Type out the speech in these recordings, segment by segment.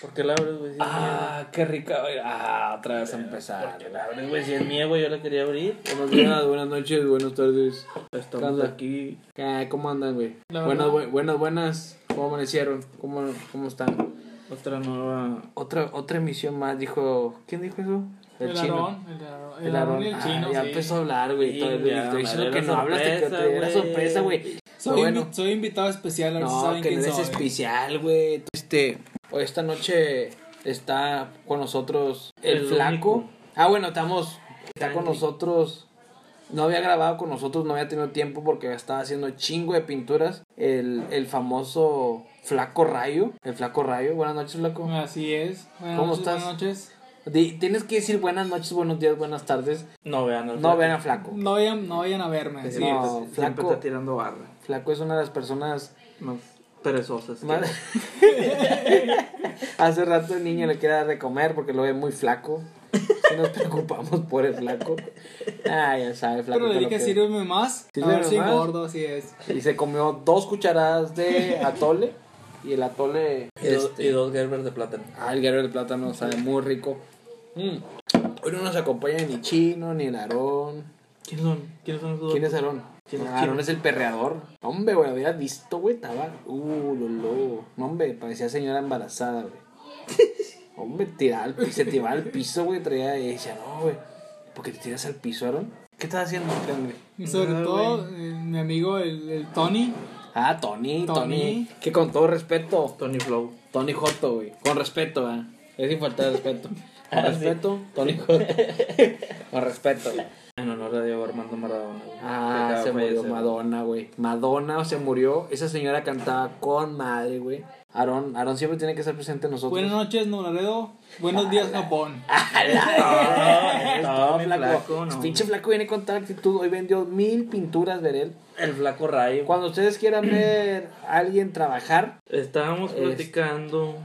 ¿Por qué la abres, güey? Si es mía, Ah, qué rica. Ah, otra vez a güey? empezar. ¿Por qué la Pues, abres, güey? Si es mía, güey, yo la quería abrir. Buenos días, buenas noches, buenas tardes. Pues, Estamos Anda. aquí. ¿Qué- ¿Cómo andan, güey? La Buenas, verdad. bu- buenas, buenas. ¿Cómo amanecieron? ¿Cómo, cómo están? Otra nueva. Otra, otra emisión más, dijo. ¿Quién dijo eso? El, Aarón, el Aarón, el Aarón y el Ah, chino. ya sí. empezó a hablar, güey. Sí, todo el- ya, estoy diciendo madre, que era no hablaste, que sorpresa, te era güey. sorpresa, güey. soy, Pero bueno. invi- soy invitado especial, ahora sí No, saben que no quién eres soy. especial, güey. Este, o esta noche está con nosotros el, El flaco. único. Ah, bueno, estamos, está con Henry. nosotros. No había grabado con nosotros, no había tenido tiempo porque estaba haciendo chingo de pinturas. El, el famoso Flaco Rayo. El Flaco Rayo. Buenas noches, Flaco. Así es. Buenas ¿Cómo noches, estás? Buenas noches. Di- tienes que decir buenas noches, buenos días, buenas tardes. No vean al No flaco. vean a Flaco. No vayan, no vayan a verme. Sí. Sí. No, siempre, pues, siempre flaco. está tirando barra. Flaco es una de las personas Más perezosas. que- Madre. Hace rato el niño le quiere dar de comer porque lo ve muy flaco. Si nos preocupamos por el flaco. Ah, ya sabe, flaco. Pero le que lo dije, que- sírveme más. A Sírveme ver si más. gordo, así es. Y se comió dos cucharadas de atole. Y el atole. Y, dos- este, y dos Gerber de plátano. Ah, el guerrero de plátano sabe muy rico. Mm. Hoy no nos acompaña ni Chino, ni el Aarón. ¿Quiénes son? ¿Quiénes son esos ¿Quién es dos? Aarón? ¿Quién es Ah, Aarón es el perreador. Hombre, güey, había visto, güey, estaba. Uh, lo lobo. No, hombre, parecía señora embarazada, güey. Hombre, tiraba al piso, se tiraba al piso, güey, traía y decía, no, güey. ¿Por qué te tiras al piso, Aarón? ¿Qué estás haciendo, campeón, güey? Y sobre Ah, todo, eh, mi amigo, el, el Tony. Ah, Tony, Tony, Tony. Que con todo respeto, Tony Flow. Tony Joto, güey. Con respeto, ¿eh? Es sin falta de respeto. Con Ah, sí. respeto, Tony Joto. con respeto. En honor a Diego Armando Maradona. güey, que Ah, acaba se de murió fallecer. Madonna, güey. Madonna se murió. Esa señora cantaba con madre, güey. Aarón, Aarón siempre tiene que estar presente en nosotros. Buenas noches, Nolaredo. Buenos días, Ah. Japón. ¡A la- No, No, mi Ah, flaco. flaco, no. Pinche flaco viene con tal actitud. Hoy vendió mil pinturas, Verel. El flaco rayo. Cuando ustedes quieran ver a alguien trabajar, Estábamos Este. platicando.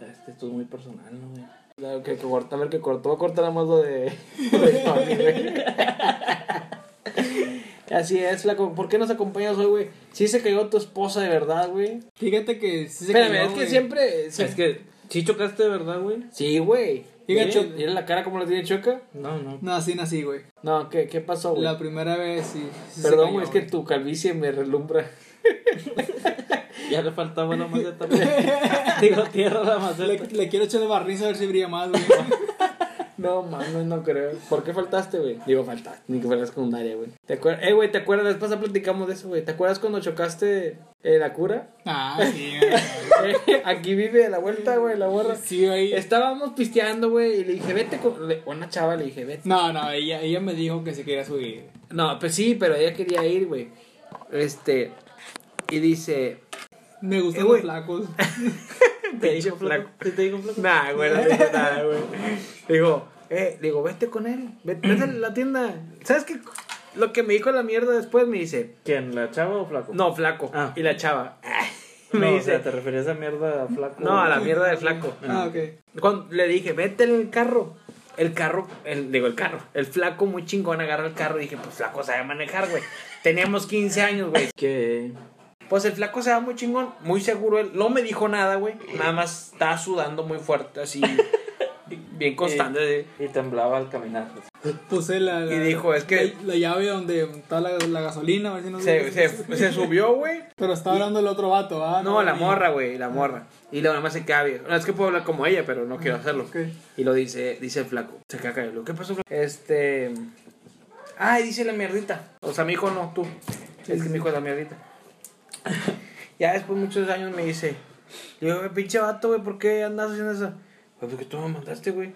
Este, esto es muy personal, ¿no, güey? claro, que, que corta, a ver que cortó. Voy a cortar nada más lo de, lo de Tony, güey. Así es, flaco. ¿Por qué nos acompañas hoey, güey? Sí se cayó tu esposa de verdad, güey. Fíjate que sí se Espérame, cayó, es que güey. siempre. Es que, ¿sí chocaste de verdad, güey? Sí, güey. Diga, Mira, Choc- mira la cara como la tiene Choca. No, no. Nací, nací, güey. No, ¿qué, qué pasó, Oh, güey? La primera vez, sí. sí se Perdón, cayó, güey, es que tu calvicie me relumbra. Ya le faltaba la maceta. güey. Digo, tierra la maceta. Le, le quiero echar de barriza a ver si brilla más, güey. No, mames, no creo. ¿Por qué faltaste, güey? Digo, faltaste. Ni que fueras secundaria, güey. ¿Te acuerdas? Eh, güey, ¿te acuerdas? Después ya platicamos de eso, güey. ¿Te acuerdas cuando chocaste eh, la cura? Ah, sí, güey. Eh, aquí vive a la vuelta, güey, la borra. Sí, güey. Estábamos pisteando, güey, y le dije, vete con... le- Una chava le dije, vete. No, no, ella, ella me dijo que se quería subir. No, pues sí, pero ella quería ir, güey. Este... Y dice... Me gustan Eh, los güey. flacos. ¿Te digo flaco. flaco? ¿Sí te digo flaco? Nah, güey, no dijo nada, güey. Digo, eh, digo, vete con él, vete, vete a la tienda. ¿Sabes qué? Lo que me dijo la mierda después me dice, ¿Quién? ¿La chava o flaco? no, flaco. Ah. Y la chava, me Me dice, ¿Te referías a mierda a flaco? no, a la mierda de flaco. Ah, ok. Cuando le dije, vete en el carro. El carro, el, digo, el carro. El flaco muy chingón agarra el carro y dije, pues flaco sabe manejar, güey. Teníamos 15 años, güey. Que. Pues el flaco se va muy chingón, muy seguro él. No me dijo nada, güey. Nada más estaba sudando muy fuerte, así. Bien constante. eh, así. Y temblaba al caminar. pues. Puse la, la- Y dijo, es que- la, la llave donde está la, la gasolina, a ver si no Se, se, se subió, güey. Pero está hablando el otro vato, ¿ah? No, la y- morra, güey, la morra. Y luego nada más se cae. No, es que puedo hablar como ella, pero no quiero hacerlo. Ok. Y lo dice, dice el flaco. Se cae callado. ¿Qué pasó, flaco? Este. Ay, dice la mierdita. O sea, mi hijo no, tú. Es que mi hijo es la mierdita. ya después de muchos años me dice. Le digo, "Güey, pinche vato, güey, ¿por qué andas haciendo eso? Pues porque tú me mandaste, güey.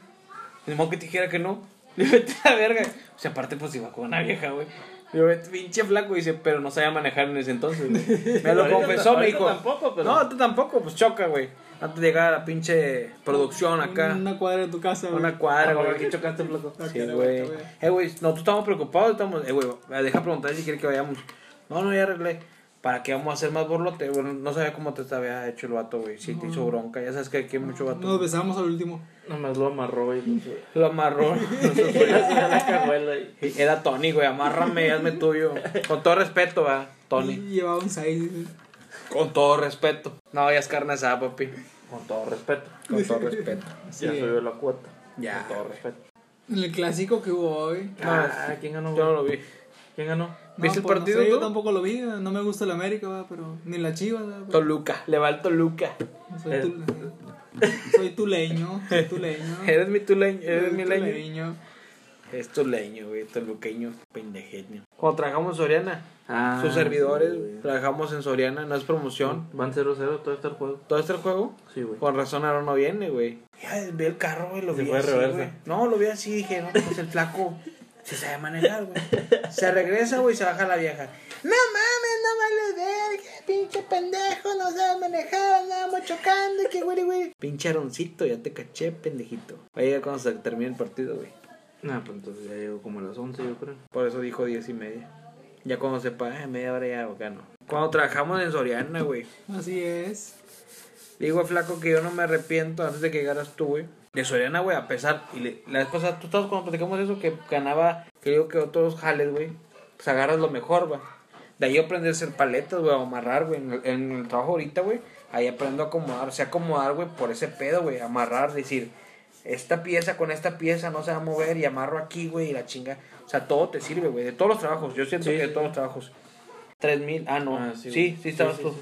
Ni modo que te dijera que no. Le digo, vete a la verga. O sea, aparte, pues iba con una vieja, güey. Le digo, "Vete, pinche flaco. Dice, pero no sabía manejar en ese entonces, güey. Me lo Ahorita- confesó, me ahorita dijo. tampoco, pero- No, tú tampoco, pues choca, güey. Antes de llegar a la pinche producción acá. Una cuadra de tu casa, güey. Una cuadra, Ah, güey. aquí chocaste flaco. Ok, Sí, la güey. vuelta, güey. Eh, güey, nosotros estamos preocupados, estamos... Eh, güey, deja preguntar si quiere que vayamos. No, no, ya arreglé. ¿Para qué vamos a hacer más borlote? Bueno, no sabía cómo te había hecho el vato, güey. Si te hizo bronca. Ya sabes que aquí hay mucho vato. Nos besamos al último. Nomás lo amarró y lo Lo amarró. se fue hacia la cajuela y- Era Tony, güey. Amárrame, hazme tuyo. Con todo respeto, va, Tony. Y llevaba un 6. Con todo respeto. No, ya es carne asada, papi. Con todo respeto. Con todo respeto. Sí. Ya subió la cuota. Ya. Con todo respeto. En el clásico que hubo hoy. Ah, ¿quién ganó? Yo no lo vi. ¿Quién ganó? ¿Viste el pues, no partido sé, tú? Yo tampoco lo vi, no me gusta el América, va, pero ni la Chivas. va, pero- Toluca. Le va al Toluca. Soy, Eh. tul- soy tuleño, soy tuleño. Eres mi tuleño. Eres Soy mi leño. tuleño. Es tuleño, güey. Toluqueño. Pendejeño. Cuando trabajamos en Soriana, Ah, sus servidores, sí, güey. trabajamos en Soriana, no es promoción. Van 0-0 todo este juego. Todo este juego. Sí, güey. Con razón ahora no viene, güey. Ya vi el carro, güey, lo Se vi fue de así, reversa. güey. No, lo vi así, dije, no, pues el flaco se sabe manejar, güey. Se regresa, güey, se baja la vieja. No mames, no vale verga, pinche pendejo, no sabe manejar, andamos chocando, que güey, güey. Pinche aroncito, ya te caché, pendejito. Va a llegar cuando se termine el partido, güey. Nah, pues entonces ya llegó como a las 11, yo creo. Por eso dijo diez y media. Ya cuando se paga media hora ya gano. Cuando trabajamos en Soriana, güey. Así es. Le digo a Flaco que yo no me arrepiento antes de que llegaras tú, güey. De Soriana, güey, a pesar. Y le- la vez pasada, tú estabas cuando platicamos eso, que ganaba, creo que otros jales, güey. Pues agarras lo mejor, güey. De ahí aprender a hacer paletas, güey, a amarrar, güey. En, el- en el trabajo ahorita, güey, ahí aprendo a acomodar. O sea, acomodar, güey, por ese pedo, güey. Amarrar, decir, esta pieza con esta pieza no se va a mover y amarro aquí, güey, y la chinga. O sea, todo te sirve, güey. De todos los trabajos. Yo siento Sí, que de sí, todos los trabajos. Tres mil, ah, no. Ah, sí, sí, sí, güey. estabas Sí, sí, tú. sí.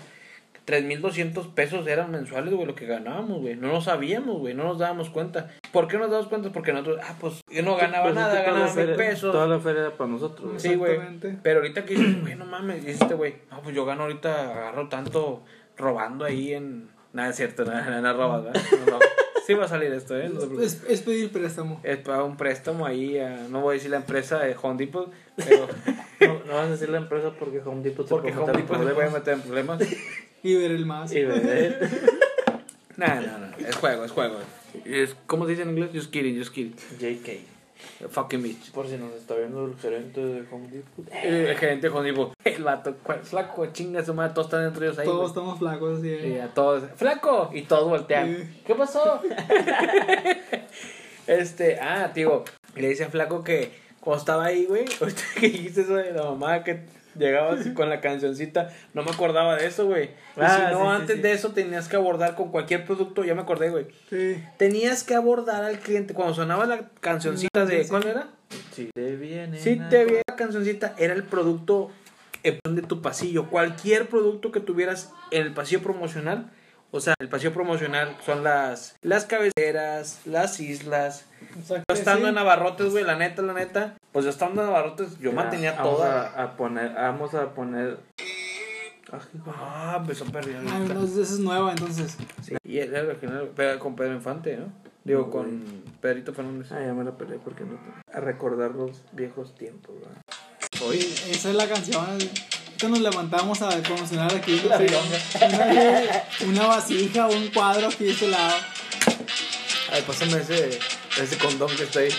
3.200 pesos eran mensuales, güey, lo que ganábamos, güey. No lo sabíamos, güey, no nos dábamos cuenta. ¿por qué no nos dábamos cuenta? Porque nosotros, ah, pues yo no ganaba Pues es nada, que toda ganaba la mil feria- pesos. Toda la feria era para nosotros. güey. Sí, güey. Exactamente. Pero ahorita que dices, güey, no mames, dices este güey, no, pues yo gano ahorita, agarro tanto robando ahí en. Nada, es cierto, nada, nada, nada robas, ¿verdad? No robas. Sí va a salir esto, ¿eh? No te preocupes. Es, es pedir préstamo. Es para un préstamo ahí, a- no voy a decir la empresa de Home Depot, pero No, no vas a decir la empresa porque Home Depot te porque puede Home meter en Depot se puede problemas. meter en problemas. Y ver el más. Y bebé. No, no, no, es juego, es juego. Es, ¿Cómo se dice en inglés? Just kidding, just kidding. JK. Fucking bitch. Eh, Por si nos está viendo el gerente de Home Depot. El gerente con tipo, el vato, "Cuál flaco, chinga su madre, todos están dentro de ellos ahí. Todos güey". estamos flacos, así Y es. a todos, flaco, y todos voltean. Sí. ¿Qué pasó? este, ah, tío, le dice a flaco que cuando estaba ahí, güey, ahorita que dijiste eso de la mamá que llegaba así con la cancioncita, no me acordaba de eso, güey. Y Ah, si no, sí, sí, antes sí. de eso tenías que abordar con cualquier producto, ya me acordé, güey. Sí. Tenías que abordar al cliente cuando sonaba la cancioncita de, ¿cuál era? Si te viene. Si te vi la cancioncita, era el producto eh, de tu pasillo. Cualquier producto que tuvieras en el pasillo promocional. O sea, el pasillo promocional son las, las cabeceras, las islas. O sea, Yo que estando sí. en abarrotes, güey, la neta, la neta. Pues yo estando en abarrotes, yo ah, mantenía vamos toda. A, a poner, vamos a poner. Ah, hijo. Ah, empezó perdiendo. Ay, no, esa es nueva, entonces. Sí, y era el original, pero con Pedro Infante, ¿no? Digo, No, con Pedrito Fernández. Ah, ya me la peleé porque no. te- A recordar los viejos tiempos, ¿verdad? Oye. Sí, Esa es la canción. así. Ahorita nos levantamos a promocionar aquí. La sí. milonga. Una, una vasija, un cuadro aquí de este lado. Ay, pásame ese, ese condón que está ahí.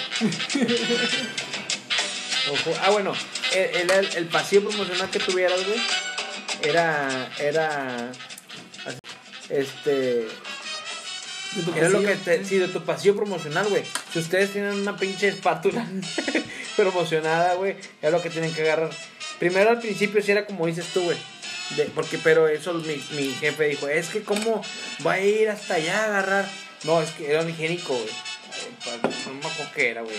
Ojo. Ah, bueno, el, el, el pasillo promocional que tuvieras, güey, era. Era. así, Este. de tu Era lo pasillo. que te, sí, de tu pasillo promocional, güey. Si ustedes tienen una pinche espátula promocionada, güey, era lo que tienen que agarrar. Primero al principio sí era como dices tú, güey. De- porque, pero eso mi, mi jefe dijo, es que cómo va a ir hasta allá a agarrar. No, es que era un higiénico, güey. Ay, pa- No me acuerdo qué era, güey.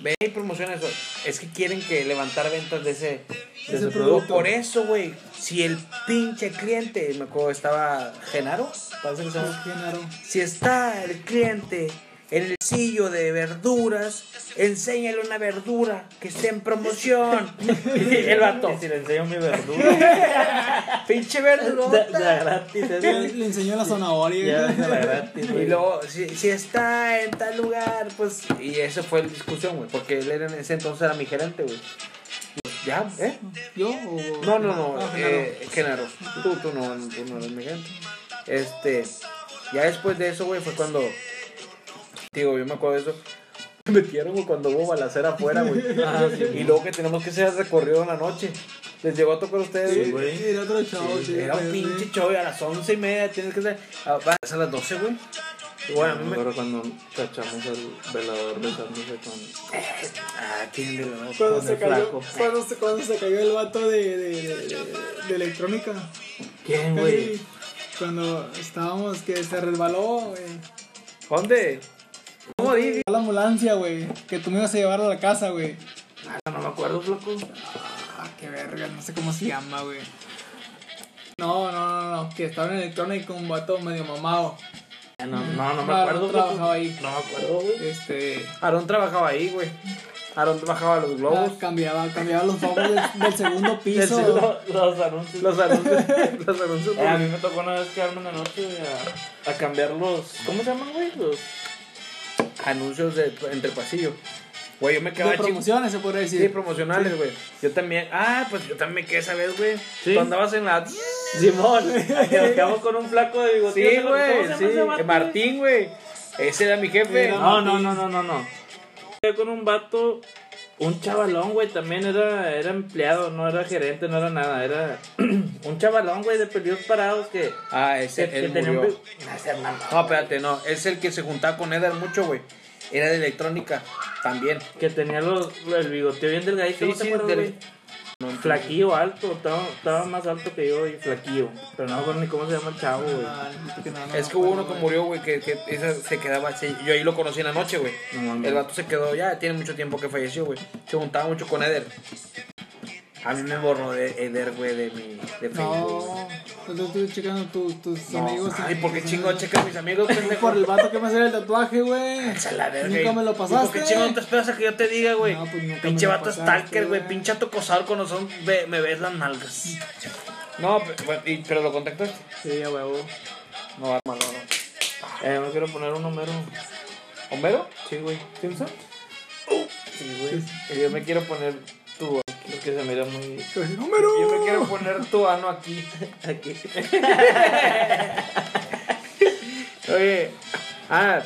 Ve y promociona eso. Es que quieren que levantar ventas de ese, de Ese ese producto. producto. Por eso, güey. Si el pinche cliente, me acuerdo, estaba Genaro, parece que se llama. Genaro. Si está el cliente en el sillo de verduras, enséñale una verdura que esté en promoción. el vato, Si le enseño mi verdura. pinche de, de verdura. a gratis, Ya eso. Le enseñó la zanahoria. Ya de la gratis, Y güey. luego, si, si está en tal lugar, pues. Y eso fue la discusión, güey. Porque él era en ese entonces era mi gerente, güey. Ya, ¿eh? ¿Yo o.? No, no, no, Ah, Genaro. eh, Genaro. Tú, tú no, tú no eres mi gente. Este, ya después de eso, güey, fue cuando. Digo, yo me acuerdo de eso. Me metieron, güey, cuando hubo balacera afuera, güey. Ah, y luego que tenemos que hacer recorrido en la noche. ¿Les llegó a tocar a ustedes? Sí, güey? güey. Era otro chavo, sí, Era un pues, sí. pinche show y a las once y media tienes que ser. A, va, es a las doce, güey. Y Bueno, a mí me me. acuerdo cuando cachamos al velador besándose con. Ah, ¿quién de los- Cuando Con se, el cayó, flaco. cuando, se, cuando se cayó el vato de, de, de, de electrónica. ¿Quién, Casi, Cuando estábamos que se resbaló, güey. ¿Dónde? ¿Cómo di? di? A la ambulancia, güey. Que tú me ibas a llevar a la casa, güey. Ah, no me acuerdo, flaco. Ah, qué verga, no sé cómo se llama, güey. No, no, no, no. Que estaba en electrónica con un vato medio mamado. Ah, No, no, no me Claro, acuerdo. flaco. trabajaba ahí. No me acuerdo, güey. Este. Aarón trabajaba ahí, güey. Aarón trabajaba los globos. ah, cambiaba, cambiaba los pavos del, del segundo piso. Los, los anuncios. Los anuncios. los anuncios. Eh, a mí me tocó una vez quedarme en la noche güey, a, a cambiar los. ¿Cómo se llaman, güey? Los. anuncios de, entre pasillo. Güey, yo me de quedaba chico. promociones, se podría Sí, decir. promocionales, güey. Yo también. Ah, pues yo también me quedé esa vez, güey. Sí. Tú andabas en la. Simón. Que nos quedamos con un flaco de Sí, bigotillo. ¿cómo se güey, llama sí. ese vato, güey? Martín, güey. Ese era mi jefe. Era- No, no, no, no, no, no. Quedé con un vato, un chavalón, güey, también era, era empleado, no era gerente, no era nada, era un chavalón, güey, de perdidos parados que... Ah, ese, que- él que tenía un Ah, murió. bi- No, ese hermano. No, espérate, no. Es el que se juntaba con Eder mucho, güey. Era de electrónica también. Que tenía los, el bigoteo bien delgadito, Sí, ¿no te sí, acuerdas, del- güey? Flaquillo alto, estaba, estaba más alto que yo y flaquillo. Pero no me acuerdo ni cómo se llama el chavo, güey. Ah, el puto que no, no, Es que no, hubo no, uno que güey. murió, güey, que, que esa se quedaba así. Yo ahí lo conocí en la noche, güey. No mames. El vato se quedó, ya tiene mucho tiempo que falleció, güey. Se juntaba mucho con Eder. A mí me borró de Eder, güey, de mi de Facebook. No, entonces estuve checando tu- tus No. amigos. Ay, y- ¿por qué chingo checa a mis amigos, pendejo? Por el vato que me hace el tatuaje, güey. A la verga, Nunca y- me lo ¿y pasaste. ¿Por qué chingo te esperas a que yo te diga, güey? No, pues nunca me pinche lo vato pasaste, stalker, güey. güey. Pinche atocosador con nosotros. Ve, me ves las nalgas. No, pero, bueno, y- pero lo contactaste. Sí, a huevo. No, hermano, no. Eh, me quiero poner un homero. ¿Homero? Sí, güey. ¿Simpson? Sí, Pues, güey. Y Yo me quiero poner tu... Porque se mira muy... Pues, número. Yo me quiero poner tu ano aquí. Aquí. Oye, ah,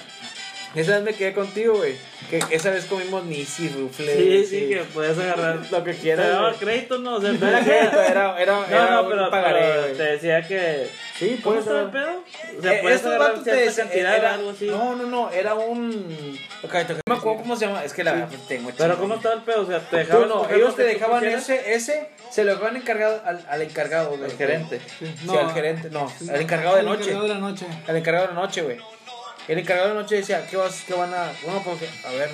esa vez me quedé contigo, güey. Que esa vez comimos Nisi, Rufle. Sí, sí, que puedes agarrar lo que Pero quieras. güey. crédito no, o sea, no Era era crédito, crédito. era, era, No, era no, un pero, pagaré, pero güey. te decía que. Sí, ¿Cómo puedes estaba el agarrar. pedo? O Eh, sea, puedes estos agarrar vatos te cierta decían- cantidad era- o algo así. No, no, no, era un. Ok, te- no me acuerdo cómo se llama. Es que la verdad pues, tengo Pero chingo. ¿cómo estaba el pedo? O sea, te Tú dejaban. no, escoger lo ellos te que tú dejaban quisieras. ese, ese, se lo dejaban encargado al, al encargado, güey. Al gerente. Sí, No, al gerente, no, al encargado de El noche. encargado de la noche. El encargado de la noche, güey. El encargado de la noche decía, ¿qué, vas, qué van a...? Bueno, porque, a ver...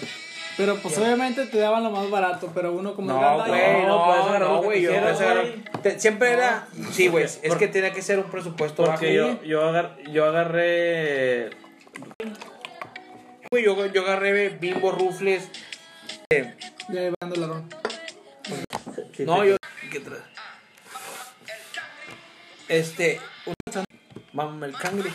Pero pues obviamente te daban lo más barato, pero uno como No, era- güey, no, puedes no, agarrar lo no, que güey. yo quisieras, empecé a agarrar- güey. Te- Siempre era... Sí, porque- güey, es porque- que tenía que ser un presupuesto bajo. Porque yo, yo, agar- yo agarré. Güey, yo, yo agarré bimbo, rufles... eh, Ya iba dando la ron. No, yo... ¿Qué tra- Este... un- Mámame el cangre.